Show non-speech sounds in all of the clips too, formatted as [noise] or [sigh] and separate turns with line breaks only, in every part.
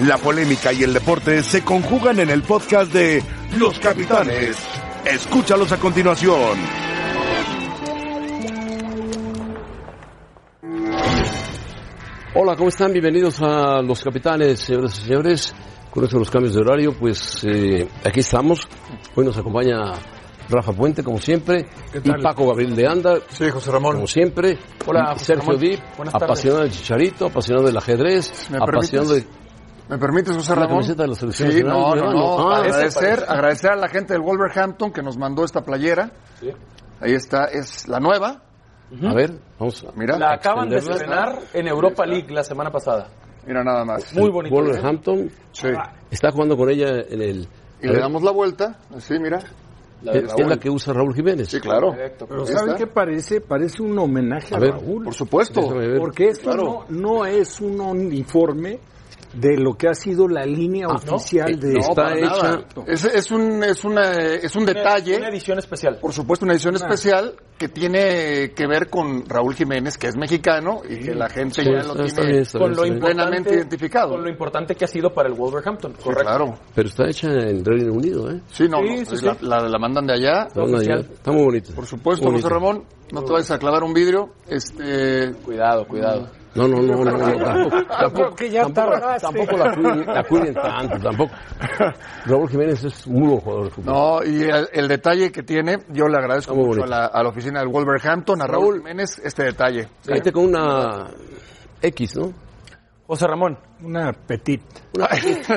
La polémica y el deporte se conjugan en el podcast de Los Capitanes. Escúchalos a continuación.
Hola, ¿cómo están? Bienvenidos a Los Capitanes, señoras y señores. Con eso los cambios de horario, pues eh, aquí estamos. Hoy nos acompaña Rafa Puente, como siempre,
¿Qué
y
tal?
Paco Gabriel de Anda,
Sí, José Ramón.
como siempre.
Hola,
Y
José
Sergio
Ramón.
Dip,
Buenas tardes.
apasionado del chicharito, apasionado del ajedrez,
¿Me
apasionado de...
¿Me permites, José
La
Ramón?
camiseta de la selección
Sí,
nacional,
no, no,
¿verdad?
no.
Ah,
agradecer, agradecer a la gente del Wolverhampton que nos mandó esta playera. Ahí está, es la nueva.
A ver, vamos a...
Mira,
La acaban de
extenderla.
estrenar en Europa League la semana pasada.
mira nada más.
Muy bonito.
Wolverhampton
¿eh? Sí.
está jugando con ella en el...
Y
a
le
ver,
damos la vuelta. Sí, mira.
es- es la que usa Raúl Jiménez.
Sí, claro.
Correcto.
Pero
Ahí
¿saben
está.
qué parece? Parece un homenaje a,
A ver,
Raúl.
Por supuesto.
Déjame ver.
Porque esto
Claro.
no, no es un uniforme de lo que ha sido la línea oficial de...
Eh, está
para nada.
hecha-
Es,
[laughs]
es un, es, una, es un
Una-
detalle.
Una edición especial.
Por supuesto, una edición especial que tiene que ver con Raúl Jiménez, que es mexicano y que la gente
Sí,
ya
está-
lo
está
tiene
bien, está
Con lo
bien.
importante,
Plenamente identificado.
Con lo importante que ha sido para el Wolverhampton.
Sí,
Correcto.
claro.
Pero está hecha en Reino Unido, ¿eh?
Sí, no,
Sí,
no,
sí,
la,
sí.
La, la mandan de allá.
No, no, ya- está muy bonito.
Por supuesto,
Bonito.
José Ramón, no te vayas a clavar un vidrio. Este,
Cuidado, cuidado.
No, no, no, no,
[laughs]
no, tampoco, tampoco,
que ya
tampoco,
tardaste.
tampoco la, cuiden, la cuiden tanto, tampoco. Raúl Jiménez es un muy buen jugador de fútbol.
no, y el, el detalle que tiene, yo le agradezco
Muy
mucho a
bonito.
la, a la oficina del Wolverhampton, a Raúl Jiménez, este detalle.
Vete con una X, ¿no?
José Ramón,
Una petit.
[laughs]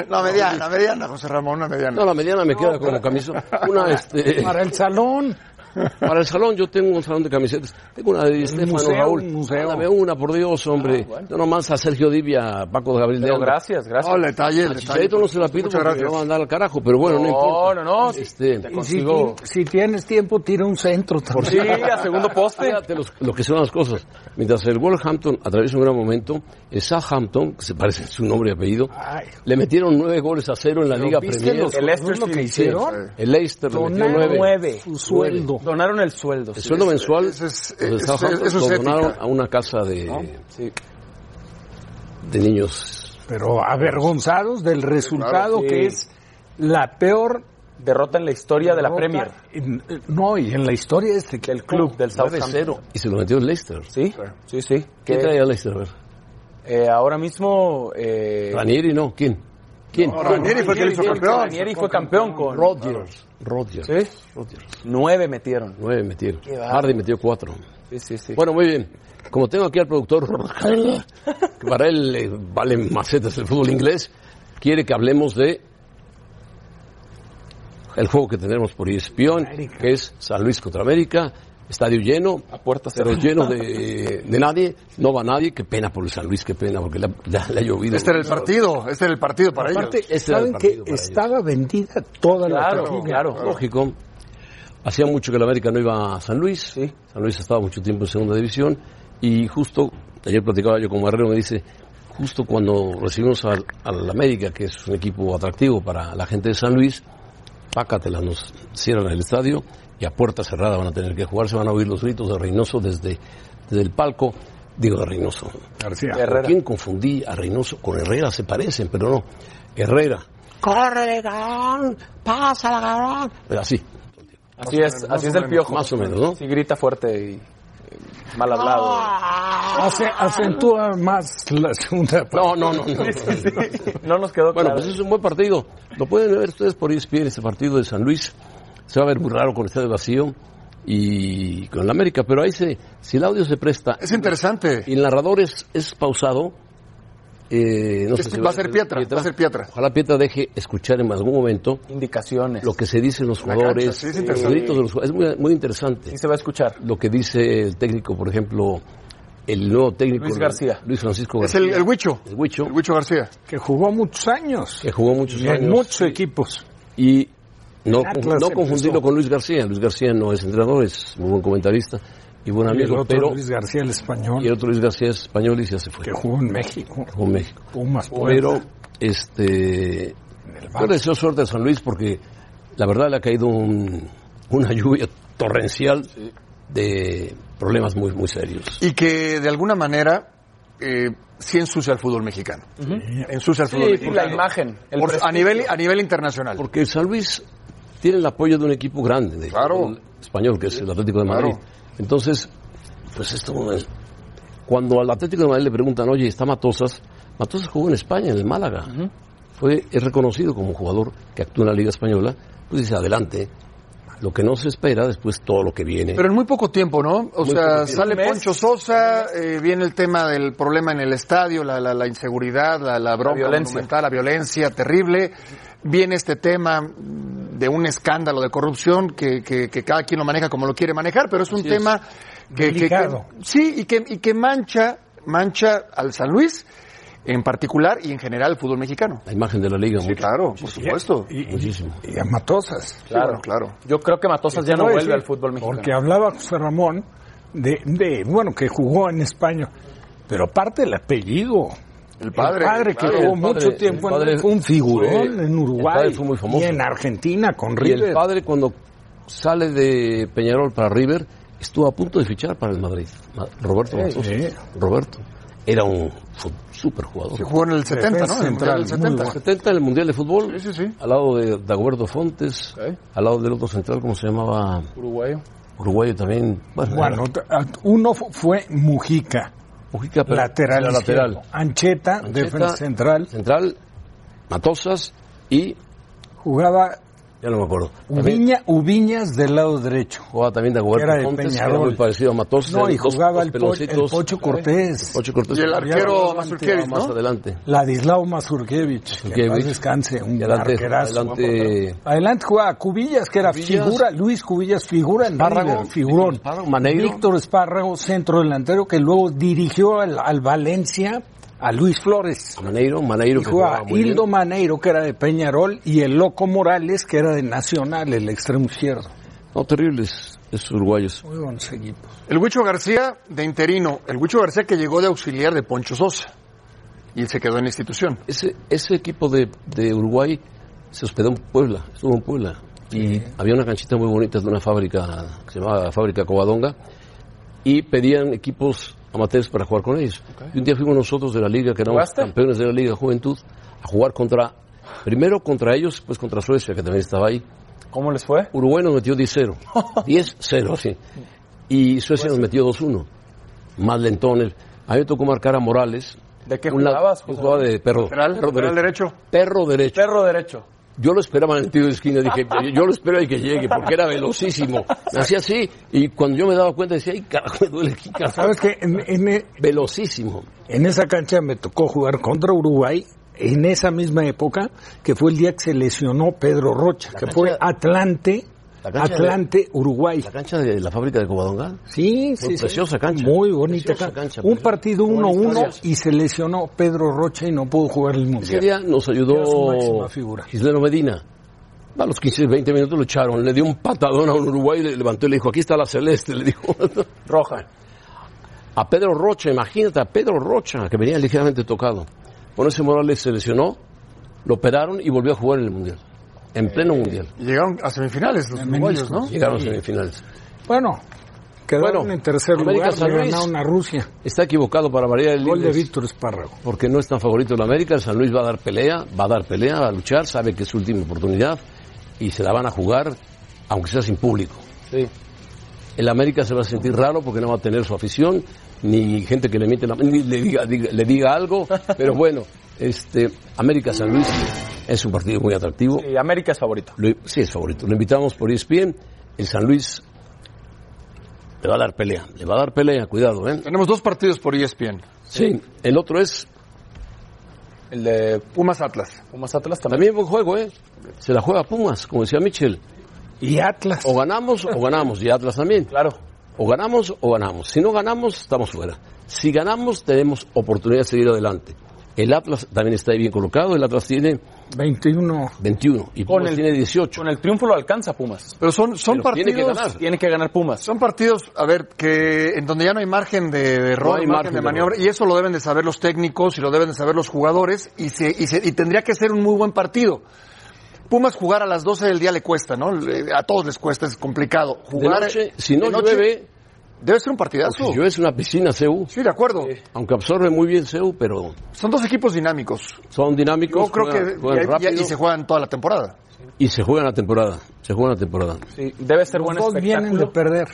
la mediana, mediana, José Ramón, la mediana.
No, la mediana me queda como camisa. Una, este,
Para el salón.
para el salón, yo tengo un salón de camisetas. Tengo una de Di Stefano,
museo,
Raúl.
un museo. Ah,
Dame una, por Dios, hombre. No nomás a Sergio Divia, a Paco Gabriel de
pero
Anda.
gracias, gracias.
No, el detalle, el
A
detalle.
Chicharito no se la pido
Muchas
porque me
gracias.
va a mandar al carajo, pero bueno, no,
no, no,
importa.
no. Te
Este,
Y si,
consigo.
si tienes tiempo, tira un centro
Por
[laughs]
sí, a segundo poste.
Fíjate los- lo que son las cosas. Mientras el Wolverhampton atraviesa un gran momento, el Southampton, que se parece a su nombre y apellido,
Ay.
le metieron nueve goles a cero en la Liga
¿Viste
Premier.
los-
el Leicester
lo que
City.
hicieron?
Sí. El Leicester le metió
Donaron
nueve.
nueve.
Su sueldo.
Donaron el sueldo.
El
sí.
sueldo mensual
Eso es-
los de
eso-
Southampton
eso es
lo donaron
ética.
a una casa de,
Sí.
de niños.
Pero avergonzados del resultado
Sí.
que es la peor
Derrota en la historia de la
derrota
Premier.
en- eh, no, y en la historia de este
Del club, del Southampton.
Y se lo metió el Leicester.
Sí, sí, sí. Que,
¿Quién traía el Leicester? A ver.
eh, ahora mismo. Eh,
Ranieri, no. ¿Quién? ¿Quién?
No, Ranieri fue el que le hizo
Ranieri,
campeón.
Ranieri fue campeón con.
Rodgers. Rodgers.
Sí.
Rodgers.
Nueve metieron.
Nueve metieron.
bárbaro.
Hardy metió cuatro.
Sí, sí, sí.
Bueno, muy bien. Como tengo aquí al productor, que para él eh, valen macetas el fútbol inglés, quiere que hablemos de el juego que tenemos por E ESPN, que es San Luis contra América, estadio lleno,
a puerta
pero
cerrada.
lleno de, de nadie, no va nadie, qué pena por el San Luis, qué pena, porque le ha- le ha- le ha llovido.
Este era el partido, este era el partido para
Aparte,
ellos.
Este era el
¿saben que
partido para
Estaba vendida toda la
Claro,
tribuna.
claro.
Lógico. Hacía mucho que el América no iba a San Luis.
Sí.
San Luis estaba mucho tiempo en segunda división. Y justo, ayer platicaba yo con Marrero, me dice, justo cuando recibimos al, al América, que es un equipo atractivo para la gente de San Luis, pácatela, nos cierran el estadio y a puerta cerrada van a tener que jugar. Se van a oír los gritos de Reynoso desde, desde el palco. Digo de Reynoso.
García.
¿Con
Herrera.
quién confundí a Reynoso? Con Herrera se parecen, pero no. Herrera. ¡Corre, cabrón! ¡Pásala, cabrón! Pero así,
Así es, así es el piojo.
más o menos, ¿no?
Sí, grita fuerte y eh, mal hablado.
Ace- acentúa más la segunda parte.
No, no, no. no.
No nos quedó
Bueno,
claro.
pues es un buen partido. Lo pueden ver ustedes por ESPN, este partido de San Luis. Se va a ver muy raro con el estadio vacío y con la América, pero ahí se, si el audio se presta
Es interesante.
y el narrador es, es pausado, eh, no sé
Este
si
va a ser Pietra, va a ser Pietra.
Ojalá Pietra deje escuchar en algún momento
Indicaciones.
lo que se dicen los
la cancha,
jugadores,
sí, es
los
interesante.
gritos de los jugadores. Es muy, muy interesante
Sí se va a escuchar.
lo que dice el técnico, por ejemplo, el nuevo técnico.
Luis García.
Luis Francisco
Es
García.
el, el Huicho,
el Huicho,
el Huicho García.
Que jugó muchos años.
que jugó muchos
Y
años.
en muchos equipos.
Y no,
Atlas
confu- no
empezó.
confundirlo con Luis García. Luis García no es entrenador, es muy buen comentarista y buen
Y el
amigo,
otro
pero
Luis García, el español,
y el otro Luis García es español y ya se fue
que jugó en México.
con México.
Pumas,
Pero
Puebla,
este
en el
yo le
Barça.
deseo suerte a San Luis porque la verdad le ha caído un- una lluvia torrencial de problemas muy muy serios.
Y que de alguna manera eh, sí ensucia el fútbol mexicano. Ensucia el
Sí,
fútbol mexicano.
la imagen, el
Por- a,
prestigio.
nivel, a nivel internacional.
Porque el San Luis tiene el apoyo de un equipo grande, de
Claro.
fútbol español, que es el Atlético de Madrid.
Claro.
Entonces, pues esto es... Cuando al Atlético de Madrid le preguntan, oye, está Matosas, Matosas jugó en España, en el Málaga. Fue, es reconocido como jugador que actúa en la Liga Española, pues dice, adelante. Lo que no se espera, después todo lo que viene.
Pero en muy poco tiempo, ¿no? O
Muy
sea,
poco tiempo.
sale
Un mes.
Poncho Sosa, eh, viene el tema del problema en el estadio, la, la, la inseguridad, la, la bronca
violencia.
monumental, la violencia terrible. Viene este tema de un escándalo de corrupción que, que, que cada quien lo maneja como lo quiere manejar, pero es un tema que, que-
Delicado.
que- sí y que, y que mancha mancha al San Luis en particular y en general el fútbol mexicano.
La imagen de la Liga, mucho,
claro, por supuesto.
Y, y-
muchísimo.
y a Matosas.
Claro, claro.
Yo creo que Matosas ya no
Voy a
vuelve
¿eh?
decir,
al fútbol mexicano.
Porque hablaba José Ramón de, de, bueno, que jugó en España, pero aparte el apellido.
El
que
padre, claro.
jugó
El padre-
mucho tiempo
el padre
en, fue un figurón
fue-
en Uruguay.
el padre fue muy famoso.
Y en Argentina con
Y el
River.
padre cuando sale de Peñarol para River estuvo a punto de fichar para el Madrid. Ma- Roberto
Sí,
Matosas.
sí.
Roberto era un super jugador.
Que jugó en el 70, ¿no? En el
Central,
Mundial del 70.
muy
70 en el Mundial de Fútbol.
Sí, sí, sí.
Al lado de Dagoberto Fontes, al lado del otro central, como se llamaba,
Uruguayo.
uruguayo también. Bueno,
Bueno, t- a- uno fu- fue Mujica,
Mujica, pero-
lateral.
era
izquierdo.
lateral.
Ancheta,
Ancheta,
defensa central.
Central, Matosas y,
Jugaba
ya no me acuerdo, también
Ubiña, Ubiñas del lado derecho.
jugaba también Dagoberto
Era de
Fontes, que era
Peñarol.
muy parecido a Matosas.
No,
eran
y
dos-
jugaba
dos
el, po- el
peloncitos.
Pocho Cortés.
Pocho Cortés.
Y el
Había
arquero
Adelante,
Mazurkiewicz,
más
¿no?
adelante.
Ladislao Mazurkiewicz, que en paz
Mazurkiewicz.
descanse, un
Y adelante,
arquerazo.
adelante
Adelante jugaba Cubillas, que era
Cubillas.
figura, Luis Cubillas, figura en
Espárrago,
River, figurón.
Víctor Espárrago, Maneiro.
Víctor Espárrago, centro delantero, que luego dirigió al, al Valencia a Luis Flores.
Maneiro, Maneiro
Y
que
jugaba
jugaba muy
Hildo
bien.
Maneiro, que era de Peñarol, y el Loco Morales, que era de Nacional, el extremo izquierdo.
No, terribles esos uruguayos.
Muy buenos equipos.
El Huicho García de interino, el Huicho García que llegó de auxiliar de Poncho Sosa y se quedó en la institución.
Ese, ese equipo de, de Uruguay se hospedó en Puebla, estuvo en Puebla. Y había una canchita muy bonita de una fábrica que se llamaba Fábrica Covadonga. Y pedían equipos amateurs para jugar con ellos. Y un día fuimos nosotros de la liga, que éramos
¿Jugaste?
campeones de la liga Juventud, a jugar contra, primero contra ellos, pues contra Suecia, que también estaba ahí.
¿Cómo les fue?
Uruguay nos metió
[laughs]
10-0. 10-0, sí. Y
Pues
Suecia nos metió 2-1. Más lentones. A mí me tocó marcar a Morales.
¿De qué
Un lado-
jugabas,
Yo
José
jugaba de perro.
Lateral,
perro
lateral
derecho.
derecho.
Perro derecho.
Perro derecho.
Yo lo esperaba en el tiro de
[laughs]
esquina. Dije, yo lo espero y que llegue, porque era velocísimo. Me hacía así. Y cuando yo me daba cuenta, decía, ay, carajo, me duele aquí, carajo".
¿Sabes qué? En- en- e-,
Velocísimo.
En esa cancha me tocó jugar contra Uruguay en esa misma época, que fue el día que se lesionó Pedro Rocha, que
cancha-
fue Atlante,
La cancha de-
Atlante, Uruguay.
La cancha de la fábrica de Covadonga.
Sí, sí,
Muy
sí.
preciosa cancha.
Muy bonita
Preciosa
cancha.
cancha,
Un
preciosa.
partido
Buena
1-1
historia.
y se lesionó Pedro Rocha y no pudo jugar el
Ese
mundial.
día nos
Era su máxima
ayudó
figura.
Gisleno Medina. A los 15, 20 minutos lo echaron. Le dio un patadón a un uruguayo, le levantó y le dijo, aquí está la celeste. Le dijo, [laughs]
Roja.
a Pedro Rocha, imagínate, a Pedro Rocha, que venía ligeramente tocado. Bueno, ese Morales se lesionó, lo operaron y volvió a jugar en el Mundial. En pleno Mundial.
Y Eh, llegaron a semifinales los uruguayos, ¿no?
Llegaron a semifinales.
Bueno, quedaron
Bueno,
en tercer
América San
lugar, le
Luis.
ganaron a Rusia.
Está equivocado para variar el
Gol de
Indes,
Víctor Espárrago.
porque no es tan favorito el América. El San Luis va a dar pelea, va a dar pelea, va a luchar, sabe que es su última oportunidad y se la van a jugar, aunque sea sin público.
Sí.
El América se va a sentir raro porque no va a tener su afición, ni gente que le mete la [laughs] ni le diga, diga- le diga algo, pero bueno, este América San Luis es un partido muy atractivo.
Y América es favorito.
Lo- sí es favorito. Lo invitamos por E ESPN. El San Luis le va a dar pelea, le va a dar pelea, cuidado, ¿eh?
Tenemos dos partidos por E ESPN.
Sí, el otro es
El de
Pumas Atlas.
Pumas Atlas también.
también buen juego, ¿eh? Se la juega Pumas, como decía Michel.
Y Atlas.
O ganamos o ganamos, y Atlas también.
Claro.
O ganamos o ganamos. Si no ganamos, estamos fuera. Si ganamos, tenemos oportunidad de seguir adelante. El Atlas también está ahí bien colocado. El Atlas tiene
21.
21 y Pumas
el-
tiene 18.
Con el triunfo lo alcanza Pumas.
Pero son, son
Pero tiene
partidos.
que ganar.
Tiene que ganar Pumas.
Son partidos, a ver, que en donde ya no hay margen de, de error,
hay
margen,
margen
de
de
maniobra, y eso lo deben de saber los técnicos y lo deben de saber los jugadores, y, se, y, se- y tendría que ser un muy buen partido. Pumas jugar a las 12 del día le cuesta, ¿no? Le- A todos les cuesta, es complicado.
De
Jugar
noche, si no
de noche,
llueve,
Debe ser un partidazo.
Si yo es una piscina CEU,
Sí, de acuerdo.
aunque absorbe muy bien CEU, pero
Son dos equipos dinámicos.
son dinámicos,
Yo creo
juegan-
que
juegan
y- y-
rápido
y se juegan toda la temporada.
y se juegan la temporada, se juegan la temporada.
Sí, debe ser
Los
buen
dos vienen de
espectáculo.
perder.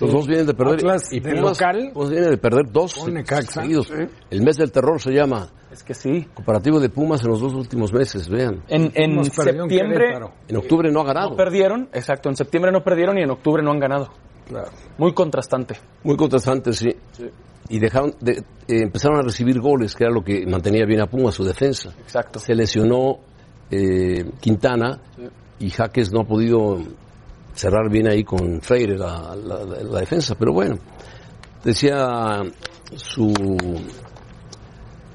Los dos vienen de perder.
Atlas
y
de
Pumas,
local.
Pumas viene de perder dos
Con Necaxa.
seguidos. El mes del terror se llama.
Es que sí.
Comparativo de Pumas en los dos últimos meses, vean.
En, en
Nos perdió en
septiembre
Querétaro.
En octubre no ha ganado.
no perdieron, exacto, en septiembre no perdieron y en octubre no han ganado.
Claro.
Muy contrastante.
Muy contrastante, sí. Y dejaron de- eh, empezaron a recibir goles, que era lo que mantenía bien a Pumas, su defensa.
Exacto.
Se lesionó eh, Quintana y Jaques no ha podido cerrar bien ahí con Freire la, la- la- la defensa. Pero bueno, decía su,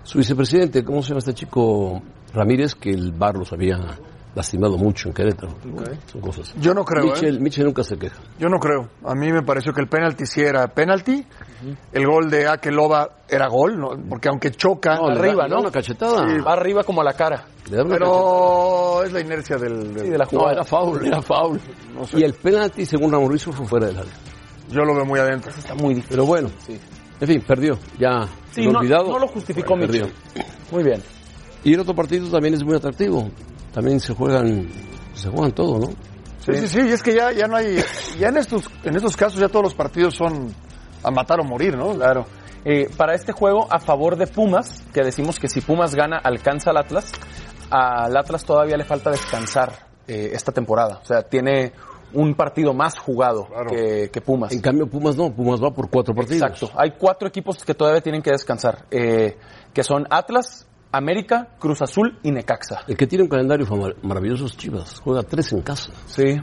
su vicepresidente, ¿cómo se llama este chico? Ramírez, que el bar los había lastimado mucho en Querétaro. Bueno, son cosas.
Yo no creo, ¿eh?
Michel, Michel nunca se queja.
Yo no creo. A mí me pareció que el penalti sí era penalti. El gol de Akeloba era gol, ¿no? porque aunque choca,
No, le da-
arriba,
le da
¿no?
Una cachetada.
Va Ah. arriba como a la cara.
Le da una cachetada.
pero es la inercia del... del-
Sí, de la
No,
jugada.
era foul, era foul. Y el penalti, según Ramón Rizzo, fue fuera del área.
Yo lo veo muy adentro.
Está muy difícil.
Pero bueno,
Sí.
en fin, perdió. Ya
Sí,
quedó
no,
olvidado.
no lo justificó
Bueno,
Michel. Muy bien.
Y el otro partido también es muy atractivo. También se juegan, se juegan todo, ¿no?
Sí, sí, sí, y es que ya, ya no hay... Ya en estos, en estos casos ya todos los partidos son a matar o morir, ¿no? Claro.
Eh, para este juego, a favor de Pumas, que decimos que si Pumas gana, alcanza al Atlas, al Atlas todavía le falta descansar eh, esta temporada. O sea, tiene un partido más jugado que, que Pumas.
En cambio, Pumas no. Pumas va por cuatro partidos.
Exacto. Hay cuatro equipos que todavía tienen que descansar, eh, que son Atlas, América, Cruz Azul y Necaxa.
El que tiene un calendario fama- maravilloso es Chivas. Juega tres en casa.
Sí.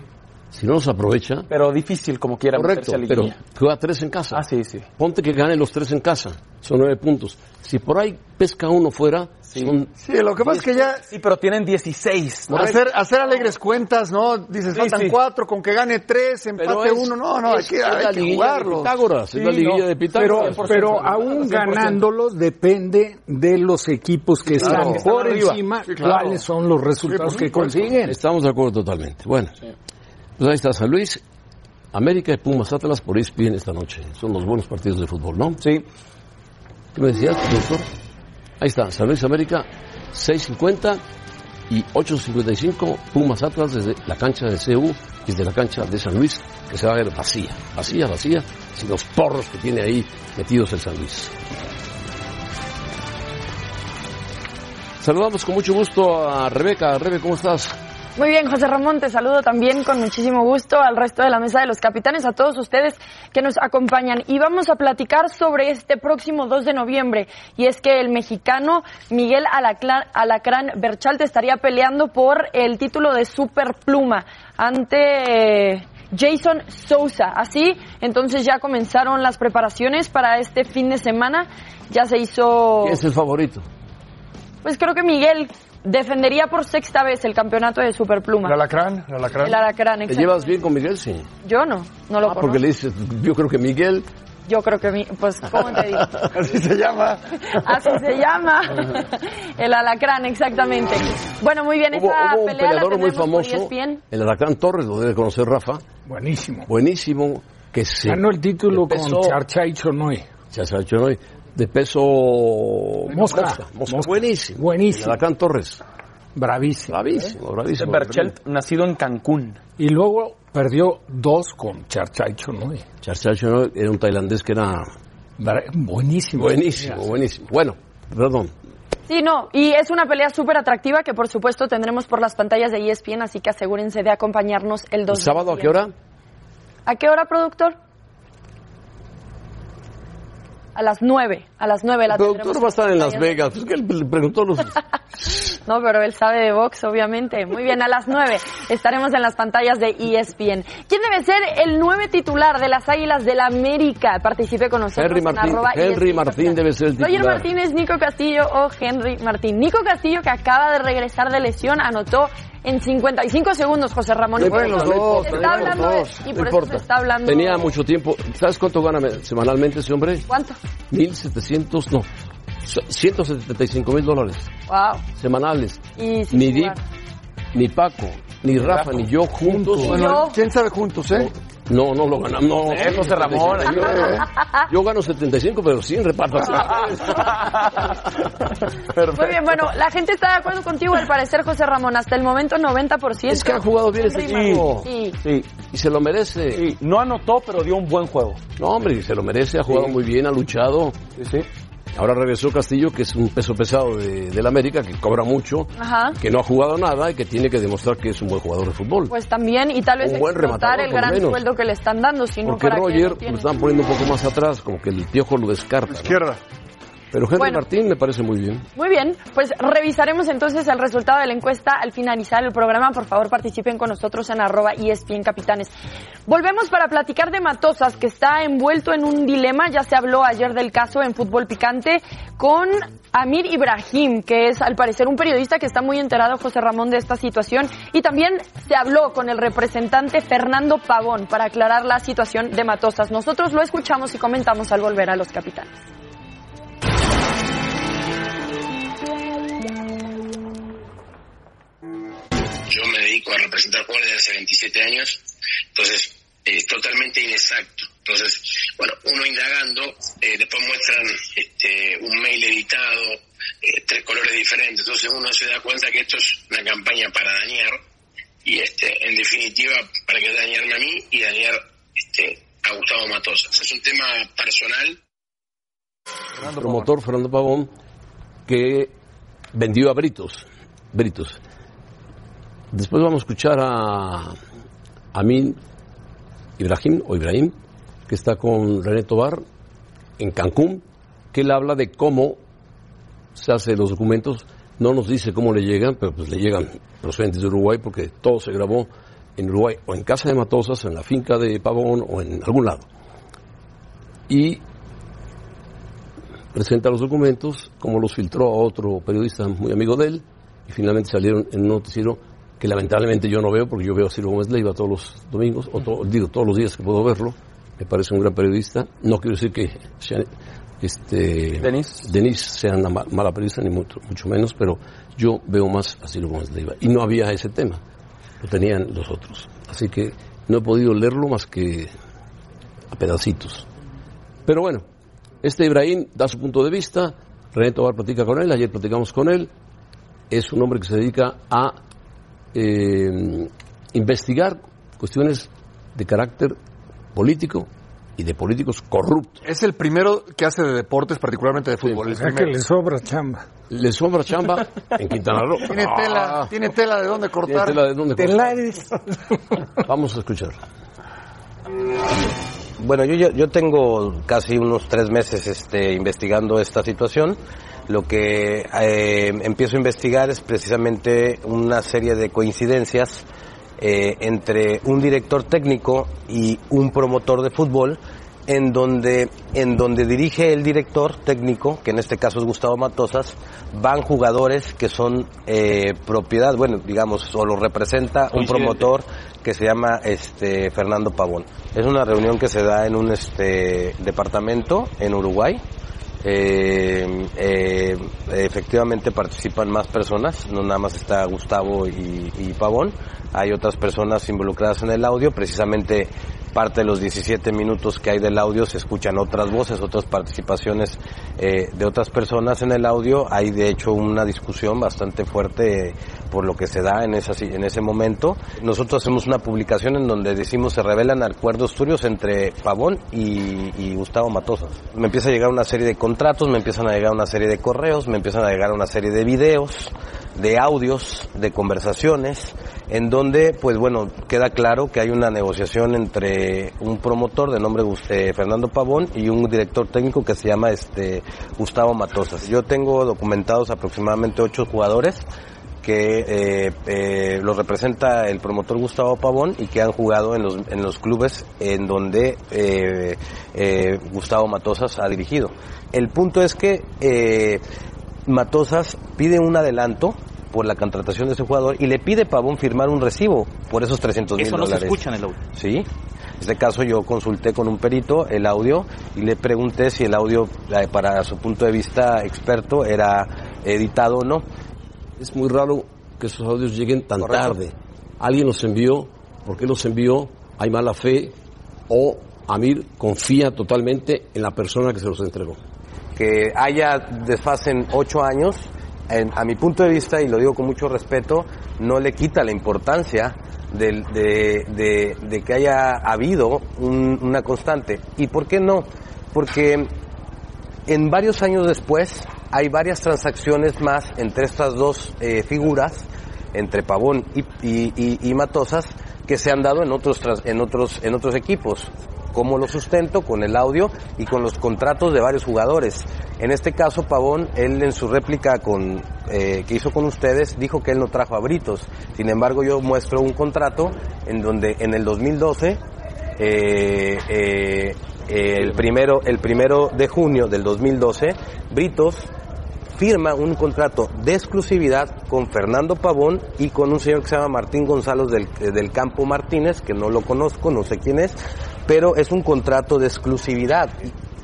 Si no los aprovecha,
Pero difícil, como quiera,
correcto,
meterse a
pero
liguilla.
juega tres en casa.
Ah, sí, sí.
Ponte que gane los tres en casa. Son nueve puntos. Si por ahí pesca uno fuera, son
Sí, lo que pasa es que ya...
Sí, pero tienen 16. ¿no?
Hacer, hacer alegres cuentas, ¿no? Dices,
Sí,
faltan
sí.
cuatro, con que gane tres, empate
es-
uno. No, no, hay
es-
que,
es
hay
la
que
liguilla de
jugarlos.
Pitágoras, es la
Sí,
liguilla
no,
de Pitágoras.
Pero, pero aún ganándolos depende de los equipos que
claro.
están
Que
están
por
arriba.
encima,
Sí, claro.
cuáles son los resultados
Sí, por
que consiguen.
Estamos de acuerdo totalmente. Bueno, pues ahí está San Luis, América y Pumas Atlas por ESPN esta noche. Son los buenos partidos de fútbol, ¿no?
Sí.
¿Qué me decías, doctor? Ahí está, San Luis América, 6.50 y 8.55 Pumas Atlas desde la cancha de CU, desde la cancha de San Luis, que se va a ver vacía, vacía, vacía, sin los porros que tiene ahí metidos el San Luis. Saludamos con mucho gusto a Rebeca. Rebe, ¿cómo estás?
Muy bien, José Ramón, te saludo también con muchísimo gusto al resto de la mesa de los capitanes, a todos ustedes que nos acompañan. Y vamos a platicar sobre este próximo 2 de noviembre. Y es que el mexicano Miguel Alacla- Alacrán Berchalte estaría peleando por el título de Superpluma ante eh, Jason Sousa. Así, entonces ya comenzaron las preparaciones para este fin de semana. Ya se hizo...
¿Quién es el favorito?
Pues creo que Miguel defendería por sexta vez el campeonato de Superpluma.
El alacrán, el alacrán.
El alacrán,
¿Te
exacto.
llevas bien con Miguel? Sí.
Yo no, no lo
Ah,
conozco.
porque le dices, yo creo que Miguel,
Yo creo que mi... Pues, ¿cómo te
[laughs]
digo?
Así se llama.
Así se llama. El alacrán, exactamente. Bueno, muy bien,
hubo,
esta
hubo un
pelea la
peleador muy
tenemos E por
famoso,
ESPN.
el Aracán Torres, lo debe conocer Rafa,
Buenísimo.
buenísimo, que se...
Ganó el título
de
con
peso,
Charchay Chonoy.
ya se ha hecho hoy, de peso...
Mosca.
Mosca.
Mosca.
Buenísimo.
Buenísimo.
El Alacrán Torres,
Bravísimo. ¿eh?
bravísimo, bravísimo.
Berchelt, nacido en Cancún.
Y luego perdió dos con Charchay Chonoy.
Charchacho ¿no? era un tailandés que era
Bra- Buenísimo.
buenísimo, buenísimo. Bueno, perdón,
Sí, no, y es una pelea súper atractiva que por supuesto tendremos por las pantallas de E ESPN, así que asegúrense de acompañarnos el 2
¿el
de
sábado a qué
noviembre.
hora?
¿A qué hora, productor? A las 9, a las 9 la
El productor va a
tendremos
estar en Las
pantallas. E
Vegas, es que le preguntó
[laughs]
los...
No, pero él sabe de box, obviamente. Muy bien, a las 9 estaremos en las pantallas de E ESPN. ¿Quién debe ser el 9 titular de las Águilas del América? Participe con nosotros.
Henry
en
Martín.
arroba E
Henry
ESPN.
Martín debe ser el
Roger
titular.
Martínez, Nico Castillo o Henry Martín. Nico Castillo, que acaba de regresar de lesión, anotó en 55 segundos José Ramón.
No
Y por
importa,
eso
no
se
importa, no
está
importa,
hablando de- y
no
por eso
importa.
se está hablando.
Tenía mucho tiempo. ¿Sabes cuánto gana me- semanalmente ese hombre?
¿Cuánto?
1.700, no, so- 175 mil dólares
Wow.
semanales.
Y
[laughs]
sin
Ni Dip,
jugar.
ni Paco, ni Rafa, ni yo juntos.
Bueno,
¿Quién sabe juntos, eh?
No, no lo ganamos. No,
Eh, José Ramón.
Yo, yo gano 75, pero 100 reparto.
[laughs] Muy bien, bueno, la gente está de acuerdo contigo, al parecer, José Ramón. Hasta el momento, 90%.
Es que ha jugado bien este
Rima.
chico.
Sí.
Sí,
Y se lo merece.
sí, no anotó, pero dio un buen juego.
No, hombre, se lo merece. Ha jugado
Sí.
muy bien, ha luchado.
Sí, sí.
Ahora regresó Castillo, que es un peso pesado de, del América, que cobra mucho,
Ajá.
que no ha jugado nada y que tiene que demostrar que es un buen jugador de fútbol.
Pues también, y tal vez
Un buen
explotar
rematador,
el
por lo
gran
menos.
sueldo que le están dando, sino
Porque
para que
Roger
lo tienen.
lo están poniendo un poco más atrás, como que el piojo lo descarta. ¿no?
Izquierda.
Pero Henry
Bueno.
Martín me parece muy bien.
Muy bien, pues revisaremos entonces el resultado de la encuesta al finalizar el programa. Por favor, participen con nosotros en arroba E ESPN Capitanes. Volvemos para platicar de Matosas, que está envuelto en un dilema. Ya se habló ayer del caso en Fútbol Picante con Amir Ibrahim, que es al parecer un periodista que está muy enterado, José Ramón, de esta situación. Y también se habló con el representante Fernando Pavón para aclarar la situación de Matosas. Nosotros lo escuchamos y comentamos al volver a los capitanes.
Yo me dedico a representar jugadores desde hace 27 años, entonces es totalmente inexacto. Entonces, bueno, uno indagando, eh, después muestran este, un mail editado, eh, tres colores diferentes, entonces uno se da cuenta que esto es una campaña para dañar y, este, en definitiva, para que dañarme a mí y dañar este, a Gustavo Matosas. Es un tema personal,
El promotor Fernando Pavón, que vendió a Britos. Britos. Después vamos a escuchar a Amin Ibrahim o Ibrahim, que está con René Tobar en Cancún, que él habla de cómo se hacen los documentos. No nos dice cómo le llegan, pero pues le llegan procedentes de Uruguay porque todo se grabó en Uruguay o en casa de Matosas, en la finca de Pavón o en algún lado. Y presenta los documentos, como los filtró a otro periodista muy amigo de él, y finalmente salieron en un noticiero que lamentablemente yo no veo, porque yo veo a Ciro Gómez Leiva todos los domingos, o to- digo, todos los días que puedo verlo, me parece un gran periodista, no quiero decir que Shan- este,
Denise.
Denise sea una ma- mala periodista, ni mucho, mucho menos, pero yo veo más a Ciro Gómez Leiva, y no había ese tema, lo tenían los otros, así que no he podido leerlo más que a pedacitos. Pero bueno, este Ibrahim da su punto de vista, René Tobar platica con él, ayer platicamos con él, es un hombre que se dedica a eh, investigar cuestiones de carácter político y de políticos corruptos.
Es el primero que hace de deportes, particularmente de fútbol.
O
pues,
el
sea que
primero.
le sobra chamba.
Le sombra chamba [laughs] en Quintana Roo. Ah.
Tiene tela, tiene tela de dónde
Tiene
cortar.
tela de dónde cortar.
Telares.
Vamos a escuchar.
Bueno, yo, ya- yo tengo casi unos tres meses este, investigando esta situación. Lo que eh, empiezo a investigar es precisamente una serie de coincidencias eh, entre un director técnico y un promotor de fútbol, en donde, en donde dirige el director técnico, que en este caso es Gustavo Matosas, van jugadores que son eh, propiedad, bueno, digamos, o lo representa un promotor que se llama este Fernando Pavón. Es una reunión que se da en un este departamento en Uruguay. Eh, eh, efectivamente participan más personas, no nada más está Gustavo y, y Pavón, hay otras personas involucradas en el audio, precisamente parte de los 17 minutos que hay del audio se escuchan otras voces, otras participaciones eh, de otras personas en el audio, hay de hecho una discusión bastante fuerte eh, por lo que se da en, esa, si- en ese momento. Nosotros hacemos una publicación en donde decimos se revelan acuerdos turbios entre Pavón y, y Gustavo Matosas. Me empieza a llegar una serie de contratos, me empiezan a llegar una serie de correos, me empiezan a llegar una serie de videos, de audios, de conversaciones, en donde, pues bueno, queda claro que hay una negociación entre un promotor de nombre Gus- eh, Fernando Pavón y un director técnico que se llama este Gustavo Matosas. Yo tengo documentados aproximadamente ocho jugadores que eh, eh, lo representa el promotor Gustavo Pavón y que han jugado en los, en los clubes en donde eh, eh, Gustavo Matosas ha dirigido. El punto es que eh, Matosas pide un adelanto por la contratación de ese jugador y le pide a Pavón firmar un recibo por esos 300 mil
Eso no
dólares.
se escucha en el audio.
Sí. En este caso yo consulté con un perito el audio y le pregunté si el audio eh, para su punto de vista experto era editado o no.
Es muy raro que esos audios lleguen tan
Correcto.
tarde. Alguien los envió, ¿por qué los envió? Hay mala fe, o Amir confía totalmente en la persona que se los entregó.
que haya desfase en ocho años, en- a mi punto de vista, y lo digo con mucho respeto, no le quita la importancia del- de, de- de que haya habido un- una constante. ¿Y por qué no? Porque en varios años después hay varias transacciones más entre estas dos eh, figuras, entre Pavón y, y- y- y Matosas, que se han dado en otros, tras- en otros, en otros equipos. ¿Cómo lo sustento? Con el audio y con los contratos de varios jugadores. En este caso, Pavón, él en su réplica con, eh, que hizo con ustedes, dijo que él no trajo a Britos. Sin embargo, yo muestro un contrato en donde en el 2012 eh, eh, eh, el primero el primero de junio del 2012 Britos firma un contrato de exclusividad con Fernando Pavón y con un señor que se llama Martín González del, eh, del Campo Martínez, que no lo conozco, no sé quién es, pero es un contrato de exclusividad.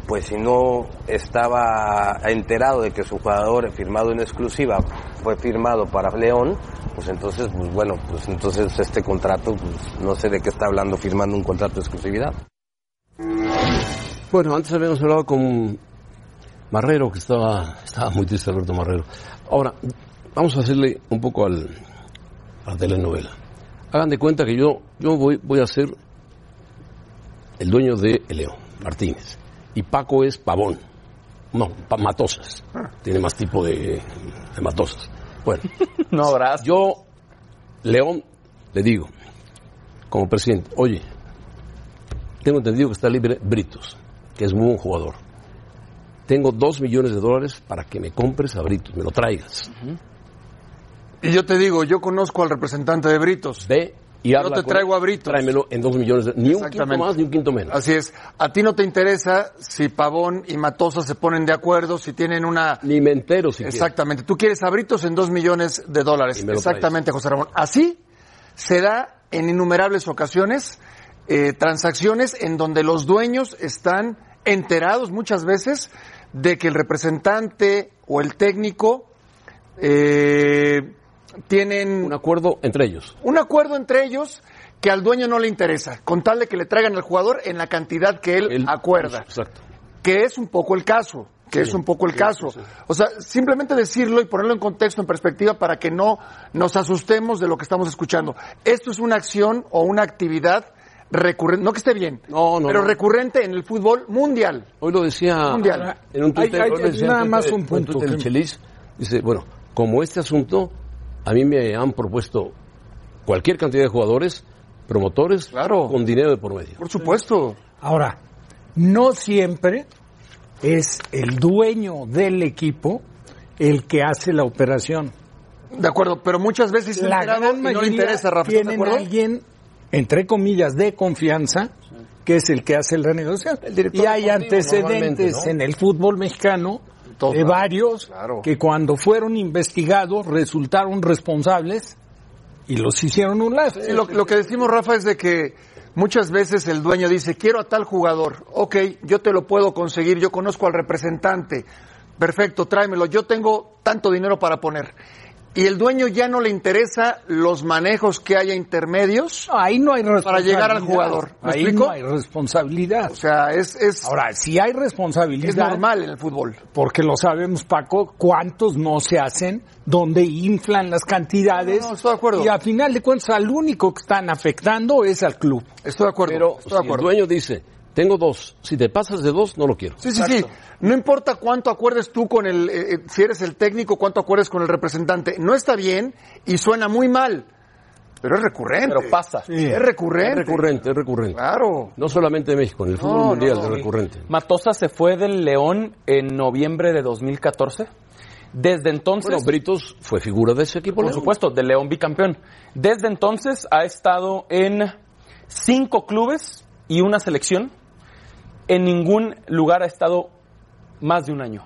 Pues si no estaba enterado de que su jugador firmado en exclusiva fue firmado para León, pues entonces, pues bueno, pues entonces este contrato, pues no sé de qué está hablando firmando un contrato de exclusividad.
Bueno, antes habíamos hablado con Marrero, que estaba, estaba muy triste Alberto Marrero. Ahora, vamos a hacerle un poco al, a la telenovela. Hagan de cuenta que yo, yo voy, voy a ser el dueño de León, Martínez. Y Paco es Pavón. No, Pa- Matosas. Tiene más tipo de, de Matosas. Bueno,
[laughs] No habrás.
yo, León, le digo, como presidente, oye, tengo entendido que está libre Britos, que es muy buen jugador. Tengo dos millones de dólares para que me compres a Britos, me lo traigas.
Y yo te digo, yo conozco al representante de Britos.
Ve y
Yo
habla
te
con
traigo
él,
a Britos.
Tráemelo en dos millones de Ni un quinto
Exactamente.
más, ni un quinto menos.
Así es. A ti no te interesa si Pavón y Matosa se ponen de acuerdo, si tienen una...
Ni me entero si quieres.
Exactamente. Tú quieres abritos en dos millones de dólares.
Y me lo
Exactamente, José Ramón. Así se da en innumerables ocasiones eh, transacciones en donde los dueños están enterados muchas veces de que el representante o el técnico eh,
Mm.
tienen
Un acuerdo entre ellos.
un acuerdo entre ellos que al dueño no le interesa, con tal de que le traigan al jugador en la cantidad que él,
Él-
acuerda
Exacto.
que es un poco el caso, que es un poco el caso. O sea, simplemente decirlo y ponerlo en contexto, en perspectiva, para que no nos asustemos de lo que estamos escuchando. Esto es una acción o una actividad recurrente, no que esté bien,
No, no,
pero
no.
recurrente en el fútbol mundial.
Hoy lo decía
Mundial.
en un Twitter,
Hay- hay-
hoy lo decía
nada
en un
más
Twitter-
un punto
Twitter,
que-
Chelis, dice, bueno, como este asunto, a mí me han propuesto cualquier cantidad de jugadores, promotores,
Claro.
con dinero de por medio.
Por supuesto.
Ahora, no siempre es el dueño del equipo el que hace la operación.
De acuerdo, pero muchas veces se
La
enterado
gran
y no le
mayoría
interesa, Rafa, ¿estás de
tienen
acuerdo?
alguien, entre comillas, de confianza, que es el que hace la negociación. Y hay antecedentes
normalmente, ¿no?
en el fútbol mexicano
Todos,
de
claro,
varios
claro.
que cuando fueron investigados resultaron responsables y los hicieron un lazo.
Sí, lo, lo que decimos, Rafa, es de que muchas veces el dueño dice, quiero a tal jugador, ok, yo te lo puedo conseguir, yo conozco al representante, perfecto, tráemelo, yo tengo tanto dinero para poner. Y el dueño ya no le interesa los manejos que haya intermedios,
No, ahí no hay
Para
responsabilidad.
llegar al jugador, ¿me
Ahí
explico?
no hay responsabilidad.
o sea, es, es,
Ahora, si hay
es
responsabilidad,
normal en el fútbol.
porque lo sabemos, Paco, cuántos no se hacen, donde inflan las cantidades.
No, no, estoy de acuerdo.
Y a final de cuentas, al único que están afectando es al club.
Estoy de acuerdo,
Pero
estoy de
si el
acuerdo.
dueño dice, tengo dos, si te pasas de dos, no lo quiero.
Sí, sí, sí. No importa cuánto acuerdes tú con el, eh, eh, si eres el técnico, cuánto acuerdes con el representante. No está bien y suena muy mal, pero es recurrente.
Pero pasa.
Es recurrente.
Es recurrente, es recurrente.
Claro.
No solamente en México, en el fútbol
No,
mundial
no,
es
no.
recurrente.
Matosa se fue del León en noviembre de 2014. Desde entonces,
Bueno, Britos fue figura de ese equipo.
por
León.
supuesto, del León bicampeón. Desde entonces ha estado en cinco clubes y una selección. En ningún lugar ha estado más de un año.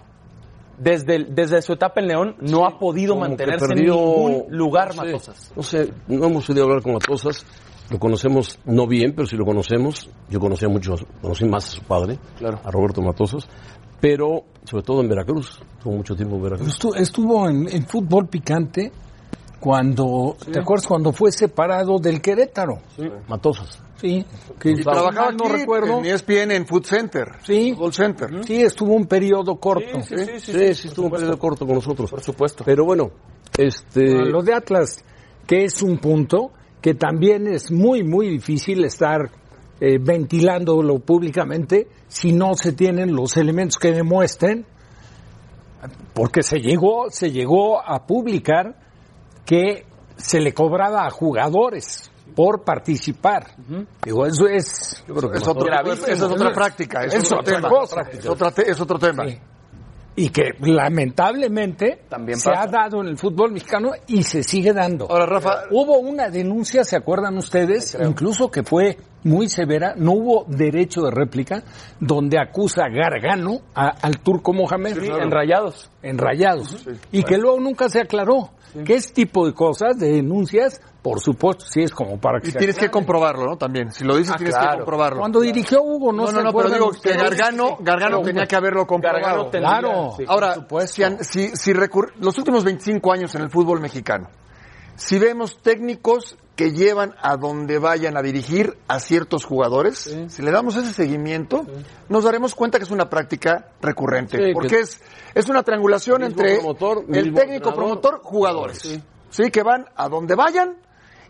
Desde, el- desde su etapa en León no ha podido
Como que
mantenerse
perdió-
en ningún lugar
no sé,
Matosas.
No sé, no hemos podido hablar con Matosas. Lo conocemos no bien, pero si lo conocemos, yo conocía mucho, conocí más a su padre,
Claro.
a Roberto Matosas, pero sobre todo en Veracruz, tuvo mucho tiempo en Veracruz.
Estu- estuvo en, en fútbol picante cuando, ¿te acuerdas? Cuando fue separado del Querétaro.
Matosas.
sí. Que
Y trabajaba
no
aquí,
recuerdo.
en E ESPN, en Food Center.
Sí.
Gold Center.
Sí, estuvo un periodo corto.
Sí, sí, sí, sí,
Sí,
sí,
sí, estuvo un periodo corto con nosotros.
por supuesto.
Pero bueno, este.
Ah, Lo de Atlas, que es un punto que también es muy, muy difícil estar eh, ventilándolo públicamente si no se tienen los elementos que demuestren, porque se llegó, se llegó a publicar que se le cobraba a jugadores por participar. Digo, eso es...
Es otro-
Gravísimo.
esa es otra práctica, es,
Es
otro
otra
tema.
cosa.
Es, otra te- es otro tema.
Sí. Y que lamentablemente
También
se
pasa.
ha dado en el fútbol mexicano y se sigue dando.
Ahora, Rafa-
hubo una denuncia, ¿se acuerdan ustedes? Incluso que fue muy severa, no hubo derecho de réplica, donde acusa Gargano a- al turco Mohamed
Sí, Enrayados.
enrayados y que luego nunca se aclaró. ¿Qué es tipo de cosas, de denuncias? Por supuesto, sí es como para que Ah,
Y
se
tienes que
aclare.
comprobarlo, ¿no? También. Si lo dices, tienes que
claro.
comprobarlo.
Cuando dirigió Hugo, no,
No,
se
no, no, pero
acuerdan
digo que
ustedes.
Gargano, Gargano tenía que haberlo comprobado.
Gargano tenía-
Claro.
Sí, por
Ahora, si, han- si, si recur- los últimos 25 años en el fútbol mexicano, si vemos técnicos que llevan a donde vayan a dirigir a ciertos jugadores, si le damos ese seguimiento, nos daremos cuenta que es una práctica recurrente,
Sí, que-
porque es, es una triangulación
Mismo
entre
promotor,
el
mismo
técnico
entrenador.
promotor, jugadores. Sí. que van a donde vayan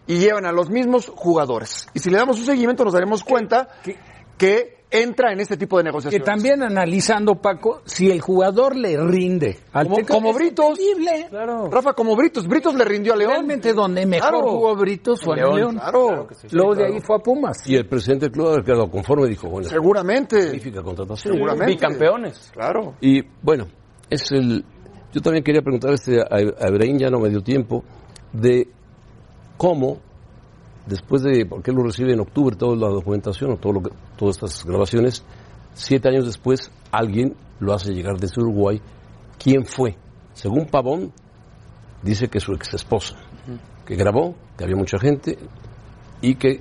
y llevan a los mismos jugadores. Y si le damos un seguimiento, nos daremos cuenta
que-
que entra en este tipo de
Que
negociaciones.
también analizando, Paco, si el jugador le rinde. Al
Como-
técnico,
como
es
Britos.
entendible.
Rafa, como Britos, Britos le rindió a León.
Realmente donde mejor
Claro.
jugó Britos fue en León.
Claro,
Luego de ahí fue a Pumas.
Y el presidente del club haber quedado conforme dijo, bueno, es una
seguramente.
magnífica contratación.
Seguramente.
Bicampeones.
Claro.
Y bueno, es el. Yo también quería preguntar este a a Ibrahim, ya no me dio tiempo, de cómo, después de. porque él lo recibe en octubre toda la documentación o todo lo que- todas estas grabaciones, siete años después alguien lo hace llegar desde Uruguay. ¿Quién fue? Según Pavón, dice que su ex esposa, que grabó, que había mucha gente y que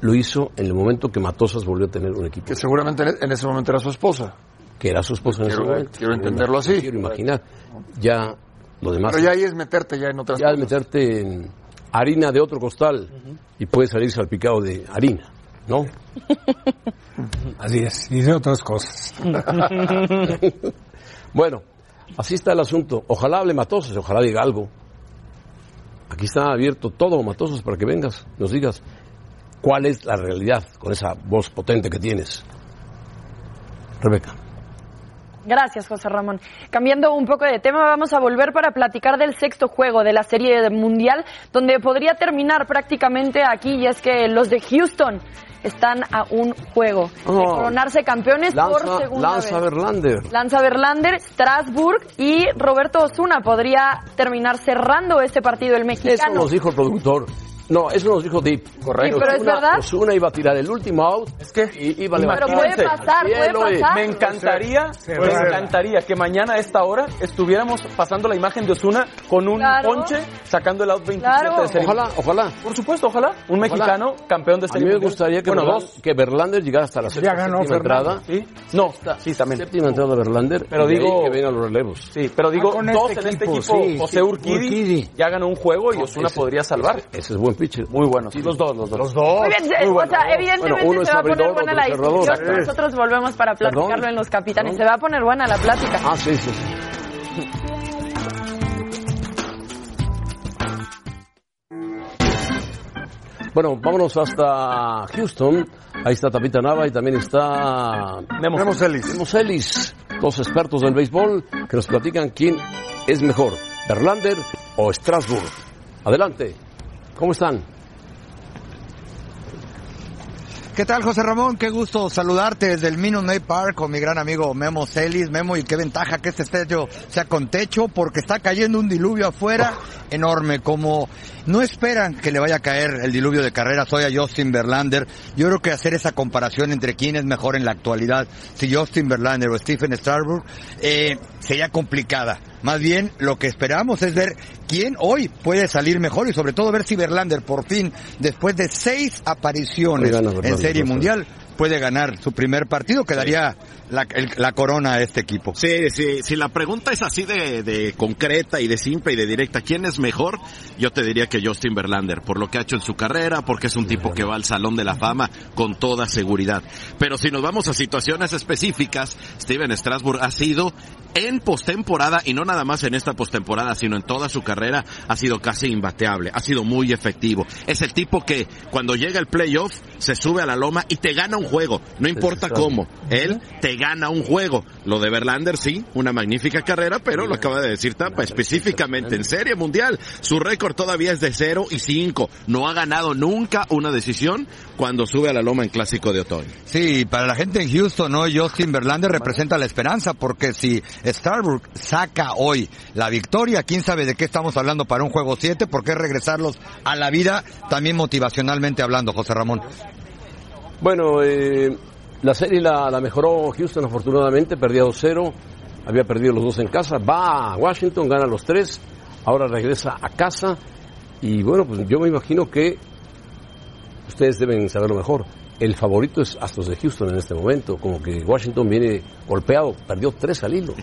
lo hizo en el momento que Matosas volvió a tener un equipo
Que seguramente en- en ese momento era su esposa.
que era su esposa en ese
Quiero-
momento.
quiero entenderlo así.
Quiero imaginar. Ya lo demás.
Pero ya ahí es meterte ya en otras
ya al
cosas.
meterte en harina de otro costal y puedes salir salpicado de harina,
[laughs]
¿no?
Así es. Y de
[laughs]
otras cosas.
Bueno, así está el asunto. Ojalá hable Matosas, ojalá diga algo. Aquí está abierto todo, Matosas, para que vengas, nos digas cuál es la realidad con esa voz potente que tienes. Rebeca.
Gracias, José Ramón. Cambiando un poco de tema, vamos a volver para platicar del sexto juego de la Serie de Mundial, donde podría terminar prácticamente aquí, y es que los de Houston están a un juego de
Oh.
coronarse campeones por
Lanza,
segunda
lanza
vez.
Verlander.
Lanza Berlander, Strasbourg y Roberto Osuna podría terminar cerrando este partido el
Eso
mexicano.
nos dijo el productor. No, eso nos dijo Deep.
Correcto. Sí, pero es
Osuna-
verdad.
Osuna iba a tirar el último out
que- eh,
y iba a
Pero
levantar.
puede pasar, puede pasar.
Me encantaría, me encantaría que mañana a esta hora estuviéramos pasando la imagen de Osuna con un
Claro.
ponche sacando el out 27
Claro.
de serie.
Ojalá, ojalá.
Por supuesto, ojalá. Un mexicano campeón de
A
serie.
mí me
mundial.
gustaría que,
bueno,
Berlan-
dos.
que Verlander llegara hasta la sexta,
ganó
séptima
Fernando,
entrada.
¿Sí? No, sí, también.
Séptima entrada de Verlander.
Pero
y de ahí
digo-
que vengan los relevos.
Sí, pero digo,
Ah, con
dos
este
en este
equipo,
equipo.
sí,
José
sí.
Urquidi,
Urquidi.
ya ganó un juego y Osuna podría salvar.
Ese es buen pitcher.
Muy buenos. los dos, los dos. Los dos.
Muy bien, se- o sea, evidentemente
Bueno, uno
se
es
va a poner
abridor,
buena
otro
la
es cerrador.
discusión.
Exacto.
Nosotros volvemos para platicarlo
Perdón.
en los capitanes.
Perdón.
Se va a poner buena la plática.
Ah, sí, sí. sí. Bueno, vámonos hasta Houston. Ahí está Tapita Nava y también está
Memo.
Vemos Ellis.
Tenemos Ellis, dos expertos del béisbol que nos platican quién es mejor, Berlander o Strasbourg. Adelante, ¿cómo están?
¿Qué tal, José Ramón? Qué gusto saludarte desde el Minute Maid Park con mi gran amigo Memo Celis. Memo, y qué ventaja que este estadio sea con techo porque está cayendo un diluvio afuera enorme. Como no esperan que le vaya a caer el diluvio de carreras hoy a Justin Verlander, yo creo que hacer esa comparación entre quién es mejor en la actualidad, si Justin Verlander o Stephen Strasburg, eh, sería complicada. Más bien, lo que esperamos es ver quién hoy puede salir mejor y sobre todo ver si Verlander por fin, después de seis apariciones
Hoy gana
en
Verlander,
Serie
no sé.
Mundial, puede ganar su primer partido, quedaría la, el- la corona a este equipo.
Sí, sí, si la pregunta es así de, de concreta y de simple y de directa, ¿quién es mejor? Yo te diría que Justin Verlander, por lo que ha hecho en su carrera, porque es un tipo que va al Salón de la Fama con toda seguridad. Pero si nos vamos a situaciones específicas, Steven Strasburg ha sido en postemporada, y no nada más en esta postemporada, sino en toda su carrera, ha sido casi imbateable, ha sido muy efectivo. Es el tipo que cuando llega el playoff se sube a la loma y te gana un juego, no importa
Strasburg.
cómo. Él te gana un juego. Lo de Verlander, sí, una magnífica carrera, pero lo acaba de decir Tampa, específicamente en Serie Mundial. Su récord todavía es de 0 y 5. No ha ganado nunca una decisión cuando sube a la loma en Clásico de Otoño.
Sí, para la gente en Houston, ¿no? Justin Verlander representa la esperanza, porque si Starbuck saca hoy la victoria, quién sabe de qué estamos hablando para un juego 7, porque es regresarlos a la vida, también motivacionalmente hablando, José Ramón.
Bueno, eh, la serie la, la mejoró Houston afortunadamente, perdía 2-0, había perdido los dos en casa, va a Washington, gana los tres, ahora regresa a casa y bueno, pues yo me imagino que ustedes deben saberlo mejor. El favorito es Astros de Houston en este momento, como que Washington viene golpeado, perdió tres al hilo.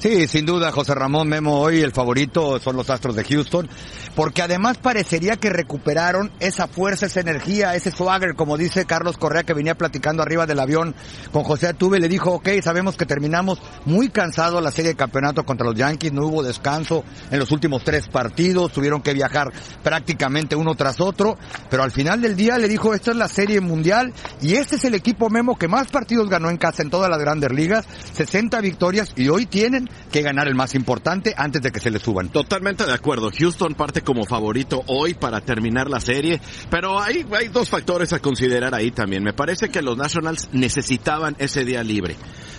Sí, sin duda, José Ramón Memo, hoy el favorito son los Astros de Houston, porque además parecería que recuperaron esa fuerza, esa energía, ese swagger, como dice Carlos Correa, que venía platicando arriba del avión con José Atuve, le dijo, ok, sabemos que terminamos muy cansado la serie de campeonato contra los Yankees, no hubo descanso en los últimos tres partidos, tuvieron que viajar prácticamente uno tras otro, pero al final del día le dijo, esta es la serie mundial y este es el equipo Memo que más partidos ganó en casa en todas las grandes ligas, 60 victorias y hoy tienen que ganar el más importante antes de que se le suban.
Totalmente de acuerdo. Houston parte como favorito hoy para terminar la serie, pero hay, hay dos factores a considerar ahí también. Me parece que los Nationals necesitaban ese día libre.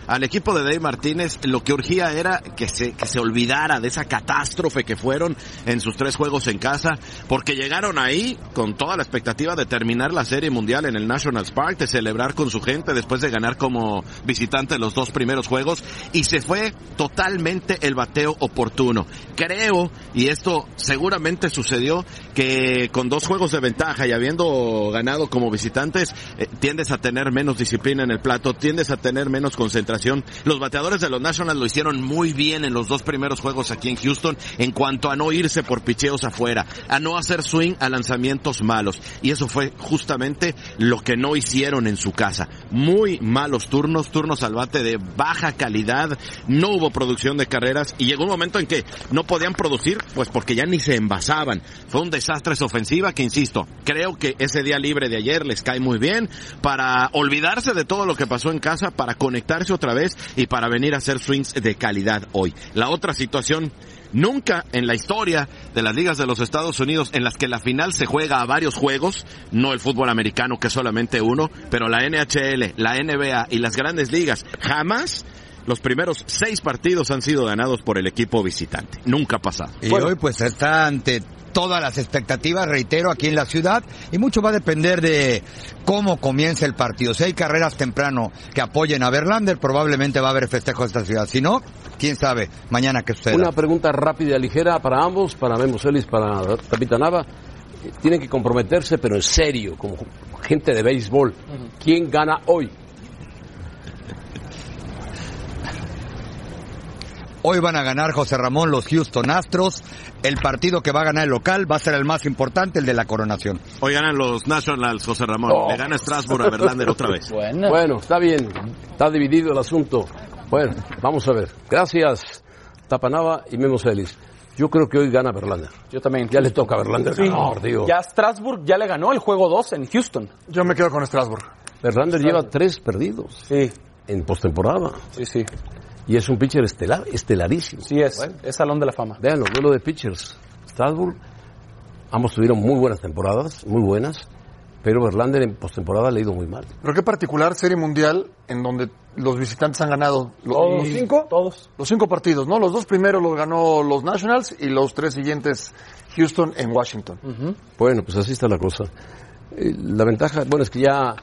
Al equipo de Dave Martínez lo que urgía era que se, que se olvidara de esa catástrofe que fueron en sus tres juegos en casa, porque llegaron ahí con toda la expectativa de terminar la serie mundial en el Nationals Park, de celebrar con su gente después de ganar como visitante los dos primeros juegos, y se fue totalmente el bateo oportuno. Creo, y esto seguramente sucedió, que con dos juegos de ventaja y habiendo ganado como visitantes, eh, tiendes a tener menos disciplina en el plato, tiendes a tener menos concentración. Los bateadores de los Nationals lo hicieron muy bien en los dos primeros juegos aquí en Houston en cuanto a no irse por picheos afuera, a no hacer swing a lanzamientos malos. Y eso fue justamente lo que no hicieron en su casa. Muy malos turnos, turnos al bate de baja calidad, no hubo producción de carreras y llegó un momento en que no podían producir, pues porque ya ni se envasaban. Fue un desastre esa ofensiva que, insisto, creo que ese día libre de ayer les cae muy bien para olvidarse de todo lo que pasó en casa, para conectarse otra vez y para venir a hacer swings de calidad hoy. La otra situación, nunca en la historia de las ligas de los Estados Unidos en las que la final se juega a varios juegos, no el fútbol americano que es solamente uno, pero la NHL, la NBA y las grandes ligas, jamás los primeros seis partidos han sido ganados por el equipo visitante. Nunca ha pasado.
Y hoy pues está ante todas las expectativas, reitero, aquí en la ciudad y mucho va a depender de cómo comience el partido. Si hay carreras temprano que apoyen a Verlander, probablemente va a haber festejos en esta ciudad. Si no, quién sabe, mañana que suceda.
Una pregunta rápida y ligera para ambos, para Memo Celis, para Capitanaba. Tienen que comprometerse, pero en serio, como gente de béisbol. ¿Quién gana hoy?
Hoy van a ganar José Ramón los Houston Astros. El partido que va a ganar el local va a ser el más importante, el de la coronación.
Hoy ganan los Nationals, José Ramón. Le gana Strasbourg a Verlander otra vez.
Bueno.
Bueno, está bien, está dividido el asunto. Bueno, vamos a ver. Gracias, Tapanaba y Memo Celis. Yo creo que hoy gana Verlander.
Yo también.
Ya le toca a Verlander ganar, digo.
Ya Strasbourg ya le ganó el juego 2 en Houston.
Yo me quedo con Strasbourg.
Verlander lleva tres perdidos
Sí,
en postemporada.
sí, sí.
Y es un pitcher estelar, estelarísimo.
Sí es. Es Salón de la Fama.
Vean los duelos de pitchers. Strasbourg, ambos tuvieron muy buenas temporadas, muy buenas, pero Verlander en postemporada le ha ido muy mal.
Pero qué particular serie mundial en donde los visitantes han ganado lo- los, cinco,
Todos.
los cinco partidos, ¿no? Los dos primeros los ganó los Nationals y los tres siguientes Houston en Washington.
Bueno, pues así está la cosa. Eh, La ventaja, bueno, es que ya.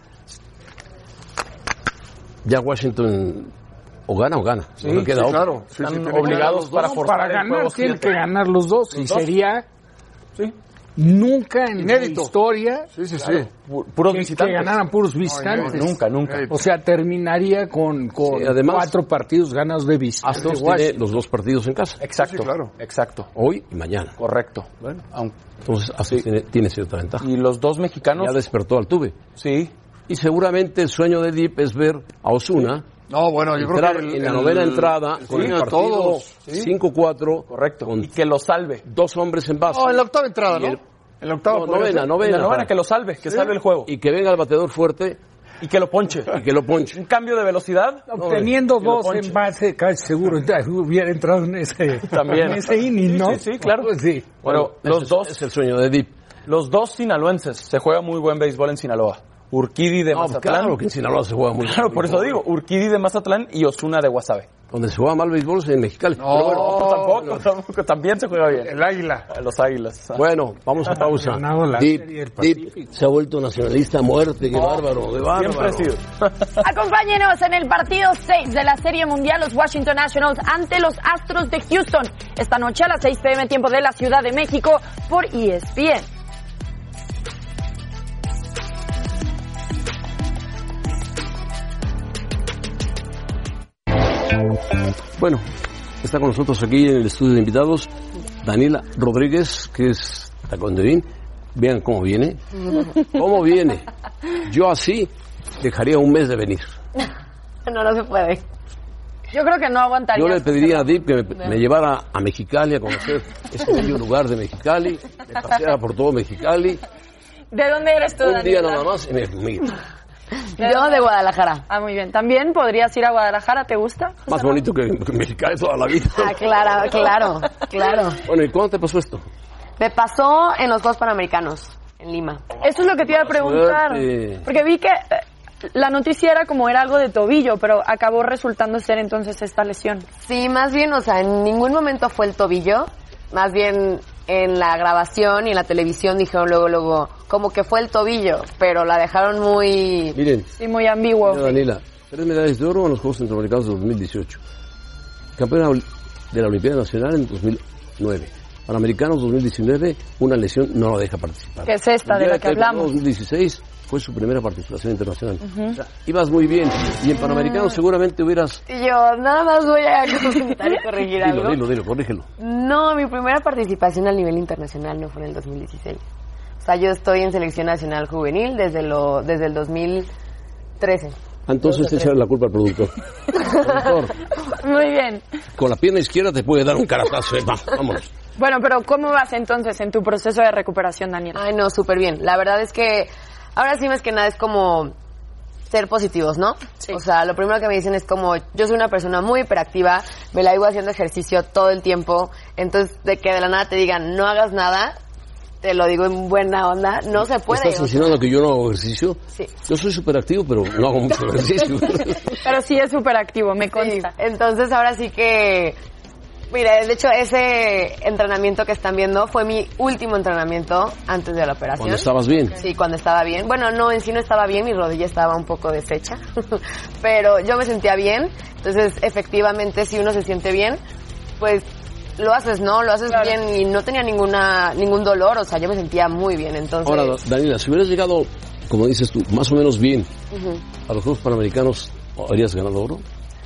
Ya Washington o gana o gana. no queda
Sí,
otra. Eh,
claro. Sí, sí,
Están
tiene que ganar
obligados
los dos.
para
No,
forzar
para
el juego
ganar tienen
siete.
que ganar los dos y
dos?
sería
Sí.
Nunca en
Inédito.
la historia
Sí, sí, sí.
Pu- Puros
que, que
visitantes.
ganaran puros
No,
visitantes.
nunca, nunca.
O sea, terminaría con, con
Sí, además-
cuatro partidos ganados de visitante.
Astros tiene
Washington.
los dos partidos en casa,
Exacto.
Sí, sí, claro.
Exacto.
hoy y mañana.
Correcto. Aun-
Entonces, Astros tiene, tiene cierta ventaja.
Y los dos mexicanos.
Ya despertó Altuve.
Sí.
Y seguramente el sueño de Deep es ver a Osuna
No, bueno, yo
entrar
creo que el-
en la
el-
novena entrada con
sí,
un
a
partido
todos, sí.
5-4.
Correcto.
Con
Y que lo salve.
dos hombres en base.
No, en la octava entrada,
Y
¿no?
el-
En la octava.
No,
podría
novena,
ser.
novena.
la novena que lo salve, que salve el juego. Y,
Y que venga el bateador fuerte
que lo ponche.
y que lo ponche.
Un cambio de velocidad.
Obteniendo
que lo
dos
ponche.
en base, casi seguro [laughs] ya hubiera entrado en ese,
También.
en ese inning,
Sí,
¿no?
sí, sí, claro.
Pues sí.
Bueno,
Ese
los
es-
dos.
Es el sueño de Deep.
Los dos sinaloenses. Se juega muy buen béisbol en Sinaloa. Urquidi de
No, pues
Mazatlán.
claro que en Sinaloa se juega muy
Claro,
bien.
por eso digo. Urquidi de Mazatlán y Osuna de Guasave.
Donde se juega mal béisbol es en Mexicali. Pero bueno,
No, tampoco, tampoco. También se juega bien.
El águila.
A Los Águilas. Ah.
Bueno, vamos a pausa.
Ganado la
Deep,
Serie del
Deep se ha vuelto nacionalista a muerte, qué bárbaro, qué bárbaro.
Siempre ha sido.
Acompáñenos en el partido 6 de la Serie Mundial los Washington Nationals ante los Astros de Houston esta noche a las 6 pm tiempo de la Ciudad de México por E ESPN.
Bueno, está con nosotros aquí en el estudio de invitados Daniela Rodríguez, que es taconderín. Vean cómo viene. ¿Cómo viene? Yo así dejaría un mes de venir.
No, no se puede.
Yo creo que no aguantaría.
Yo le pediría a Dip que me, me llevara a Mexicali a conocer ese bello lugar de Mexicali, me paseara por todo Mexicali,
[laughs] ¿De dónde eres tú,
un día
Daniela?
nada más eh. y me, me-
Yo de Guadalajara.
Ah, muy bien. ¿También podrías ir a Guadalajara? ¿Te gusta?
más bonito que, que Mexicali toda la vida.
Ah,
[laughs]
claro, claro, claro.
Bueno, ¿y cuándo te pasó esto?
Me pasó en los Juegos Panamericanos, en Lima.
Eso es lo que te iba a preguntar.
suerte.
Porque vi que eh, la noticia era como era algo de tobillo, pero acabó resultando ser entonces esta lesión.
Sí, más bien, o sea, en ningún momento fue el tobillo. Más bien en la grabación y en la televisión dijeron luego, luego, como que fue el tobillo, pero la dejaron muy...
Miren,
Sí, muy ambiguo.
Mira, Daniela, tres medallas de oro en los Juegos Centroamericanos de 2018. Campeona ol- de la Olimpiada Nacional en 2009. Panamericanos 2019, una lesión no la deja participar.
Que es esta de
Mundial
la que hablamos.
2016 fue su primera participación internacional. O sea, ibas muy bien y en Panamericanos seguramente hubieras...
Y yo nada más voy a [laughs] comentar y corregir
Dilo,
algo.
dilo, dilo, corrígelo.
No, mi primera participación a nivel internacional no fue en el 2016. O sea, yo estoy en selección nacional juvenil desde lo desde el 2013.
Entonces echarle la culpa al productor.
[laughs]
productor,
[laughs] Muy bien.
con la pierna izquierda te puede dar un caratazo. eh, va, vámonos.
Bueno, pero ¿cómo vas entonces en tu proceso de recuperación, Daniela?
Ay, no, súper bien. La verdad es que ahora sí más que nada es como ser positivos, ¿no?
Sí.
O sea, lo primero que me dicen es como, yo soy una persona muy hiperactiva, me la iba haciendo ejercicio todo el tiempo, entonces de que de la nada te digan, no hagas nada, te lo digo en buena onda, no se puede.
¿Estás insinuando que yo no hago ejercicio?
Sí.
Yo soy superactivo, pero no
[laughs]
hago mucho
[laughs]
ejercicio.
Pero sí es súper activo, me
Sí,
consta.
Entonces ahora sí que, mira, de hecho ese entrenamiento que están viendo fue mi último entrenamiento antes de la operación.
Cuando estabas bien.
Sí, cuando estaba bien. Bueno, no, en sí no estaba bien, mi rodilla estaba un poco deshecha, [laughs] pero yo me sentía bien. Entonces, efectivamente, si uno se siente bien, pues lo haces, ¿no? Lo haces bien y no tenía ninguna ningún dolor, o sea, yo me sentía muy bien, entonces...
Ahora, Daniela, si hubieras llegado, como dices tú, más o menos bien
Ujú.
a los Juegos Panamericanos, ¿habrías ganado oro?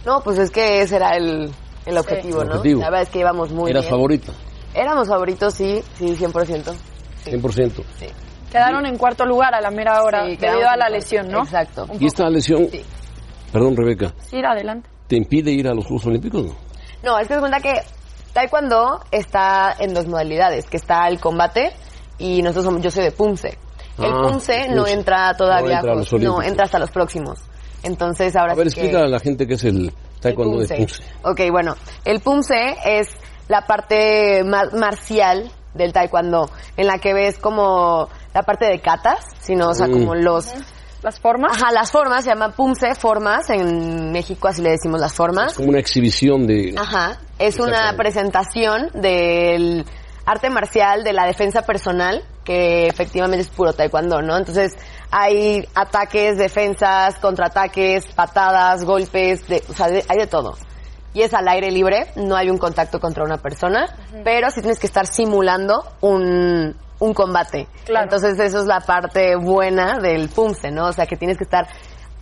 No, pues es que ese era el, el objetivo,
El
¿no?
objetivo.
La verdad es que íbamos muy
Eras
bien.
favorita,
Éramos favoritos, sí, sí, 100%.
100%.
Quedaron en cuarto lugar a la mera hora
Sí, quedamos
debido a la
en cuarto.
lesión, ¿no?
Exacto.
Y esta lesión,
Sí.
perdón Rebeca,
Sí, ir adelante.
¿te impide ir a los Juegos Olímpicos? No.
No, es que se cuenta que Taekwondo está en dos modalidades, que está el combate y nosotros somos, yo soy de Punce. El
Ah,
Punce no
Punce.
entra todavía,
No entra a
con-
los Olímpicos.
no, entra hasta los próximos. Entonces ahora
A ver,
sí que-
explica a la gente qué es el taekwondo de Punce.
Ok, bueno, el Pumse es la parte ma- marcial del taekwondo, en la que ves como la parte de catas, sino, o sea,
Mm.
como los...
¿Las formas?
Ajá, las formas, se llama Pumse, formas, en México así le decimos las formas.
Es como una exhibición de...
¿ah? Ajá, es una
Exactamente.
presentación del arte marcial de la defensa personal, que efectivamente es puro taekwondo, ¿no? Entonces hay ataques, defensas, contraataques, patadas, golpes, de- o sea, de- hay de todo. Y es al aire libre, no hay un contacto contra una persona, pero sí tienes que estar simulando un, un combate. Entonces, eso es la parte buena del PUMSE, ¿no? O sea, que tienes que estar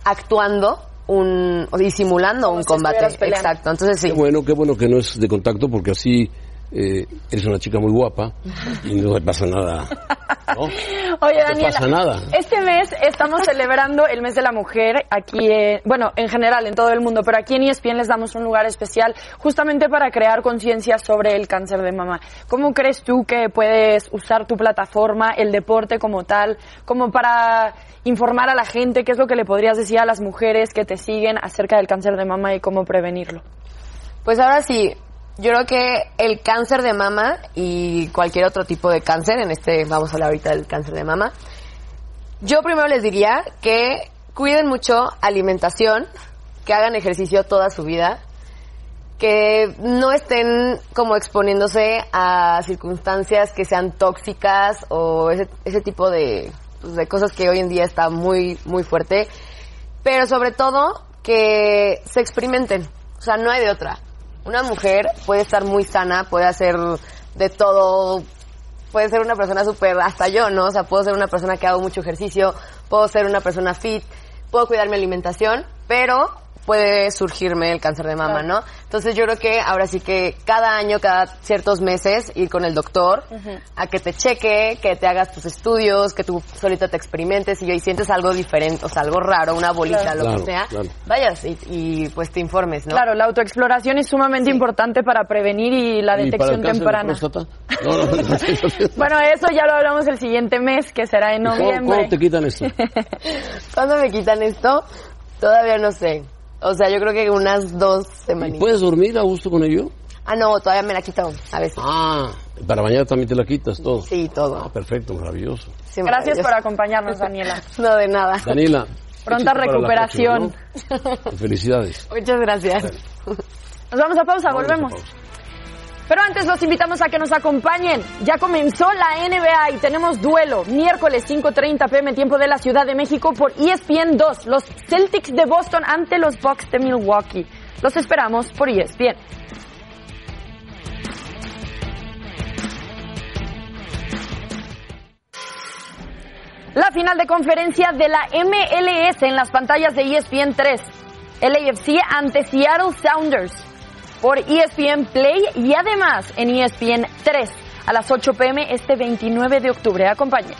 actuando un, y simulando un combate.
estuvieras peleando.
Exacto. Entonces, sí.
Qué bueno, qué bueno que no es de contacto porque así eh, eres una chica muy guapa y no te pasa nada.
[laughs] Oye,
No te
Daniela,
pasa nada.
este mes estamos celebrando el mes de la mujer aquí, eh, bueno, en general en todo el mundo, pero aquí en E ESPN les damos un lugar especial justamente para crear conciencia sobre el cáncer de mama. ¿Cómo crees tú que puedes usar tu plataforma, el deporte como tal, como para informar a la gente qué es lo que le podrías decir a las mujeres que te siguen acerca del cáncer de mama y cómo prevenirlo?
Pues ahora sí, yo creo que el cáncer de mama y cualquier otro tipo de cáncer, en este vamos a hablar ahorita del cáncer de mama, yo primero les diría que cuiden mucho alimentación, que hagan ejercicio toda su vida, que no estén como exponiéndose a circunstancias que sean tóxicas o ese, ese tipo de, pues, de cosas que hoy en día está muy, muy fuerte, pero sobre todo que se experimenten, o sea, no hay de otra. Una mujer puede estar muy sana, puede hacer de todo puede ser una persona súper, hasta yo, ¿no? O sea, puedo ser una persona que hago mucho ejercicio, puedo ser una persona fit, puedo cuidar mi alimentación, pero puede surgirme el cáncer de mama, ¿no? Entonces yo creo que ahora sí que cada año, cada ciertos meses, ir con el doctor a que te cheque, que te hagas tus estudios, que tú solita te experimentes y, y sientes algo diferente, o sea, algo raro, una bolita,
Claro.
lo
Claro,
que sea,
claro.
vayas y, y, pues te informes, ¿no?
Claro, la autoexploración es sumamente importante para prevenir y la
¿Y para
detección
el cáncer de
temprana.
próstata? No, no, no, no.
Bueno, eso ya lo hablamos el siguiente mes, que será en
¿Cómo-
noviembre.
¿Cómo te quitan esto?
¿Cuándo me quitan esto? Todavía no sé. O sea, yo creo que unas dos semanitas.
¿Puedes dormir a gusto con ello?
Ah, no, todavía me la quito. A veces.
Ah, para mañana también te la quitas todo.
Sí,
Ah,
todo.
perfecto, maravilloso.
Sí,
Gracias
maravilloso.
por
[laughs]
acompañarnos, Daniela.
No, de nada.
Daniela.
[laughs] Pronta
éxito para la
recuperación.
próxima, ¿no? Felicidades.
Muchas gracias.
Nos vamos a pausa, volvemos. Pero antes los invitamos a que nos acompañen. Ya comenzó la NBA y tenemos duelo. Miércoles 5.30 pm tiempo de la Ciudad de México por E ESPN 2. Los Celtics de Boston ante los Bucks de Milwaukee. Los esperamos por E ESPN. La final de conferencia de la MLS en las pantallas de E ESPN 3. LAFC ante Seattle Sounders por E ESPN Play y además en E ESPN 3 a las 8 pm este 29 de octubre. Acompáñenos.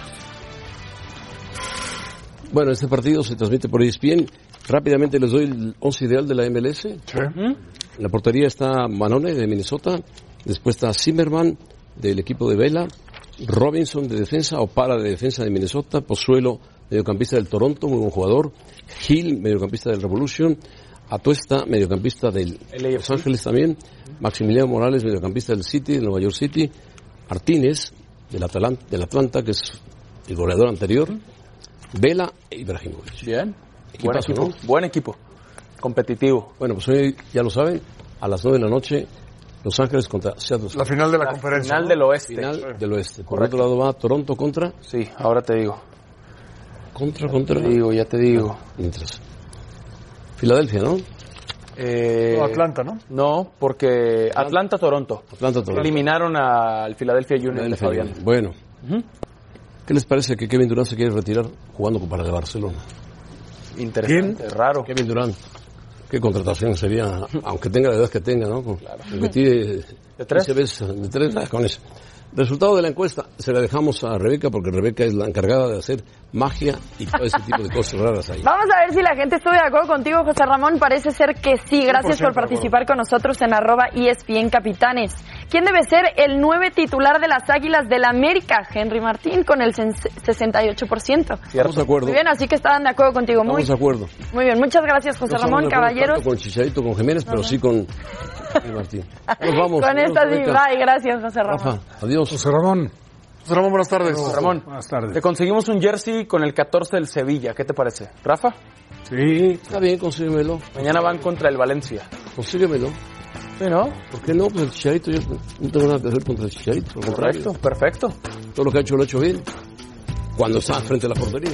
Bueno, este partido se transmite por ESPN. Rápidamente les doy el once ideal de la MLS.
¿Mm?
En la portería está Manone de Minnesota, después está Zimmerman del equipo de Vela, Robinson de defensa, Opara de defensa de Minnesota, Pozuelo, mediocampista del Toronto, muy buen jugador, Hill, mediocampista del Revolution, Atuesta, mediocampista del
LAFC.
Los Ángeles también, Maximiliano Morales, mediocampista del City, del Nueva York City, Martínez del, Atalan- del Atlanta, que es el goleador anterior, Vela e Ibrahimovic.
Bien. Buen
Equipazo,
equipo. Buen equipo. Competitivo.
Bueno, pues hoy, ya lo saben, a las 9 de la noche, Los Ángeles contra Seattle.
La final de la, conferencia.
Final del oeste.
Final del oeste. Por otro lado va Toronto contra...
Sí, ahora te digo.
Contra,
Te
contra...
digo, ya te digo.
Mientras. Filadelfia, ¿no?
Eh,
No, Atlanta, ¿no?
No, porque Atlanta-Toronto.
Atlanta, Toronto.
Eliminaron al Philadelphia Union de
Filadelfia,
Fabián.
Bueno. ¿Qué les parece que Kevin Durant se quiere retirar jugando para el Barcelona?
Interesante, raro.
Kevin Durant. Qué contratación sería, aunque tenga la edad que tenga, ¿no? Con- competir, eh,
[laughs] ¿De tres?
15 veces, de tres, ah, con eso. Resultado de la encuesta, se la dejamos a Rebeca porque Rebeca es la encargada de hacer magia y todo ese tipo de cosas
[laughs]
raras ahí.
Vamos a ver si la gente estuvo de acuerdo contigo, José Ramón. Parece ser que sí. Gracias por participar con nosotros en arroba E ESPN Capitanes. ¿Quién debe ser el 9 titular de las Águilas del América? Henry Martín con el sen- 68%.
Estamos de acuerdo.
Muy bien, así que estaban de acuerdo contigo. Muy,
Estamos de acuerdo.
muy bien, muchas gracias José
No estamos
Ramón,
de acuerdo
caballeros.
tanto con Chicharito, con Jiménez, pero sí con
[laughs]
con Martín. Nos vamos.
Con esta sí,
Rebeca.
bye, gracias José Ramón.
Rafa, adiós.
José Ramón,
José Pues, Ramón, buenas tardes.
Ramón,
buenas tardes.
te conseguimos un jersey con el 14 del Sevilla. ¿Qué te parece? Rafa,
Sí,
Está bien, consíguemelo.
mañana van contra el Valencia.
Consíguemelo.
Sí, ¿no?
¿Por qué no? Pues el Chicharito, yo no tengo nada que hacer contra el Chicharito. al contrario.
Correcto, perfecto.
Todo lo que ha hecho lo ha hecho bien. Cuando está frente a la portería.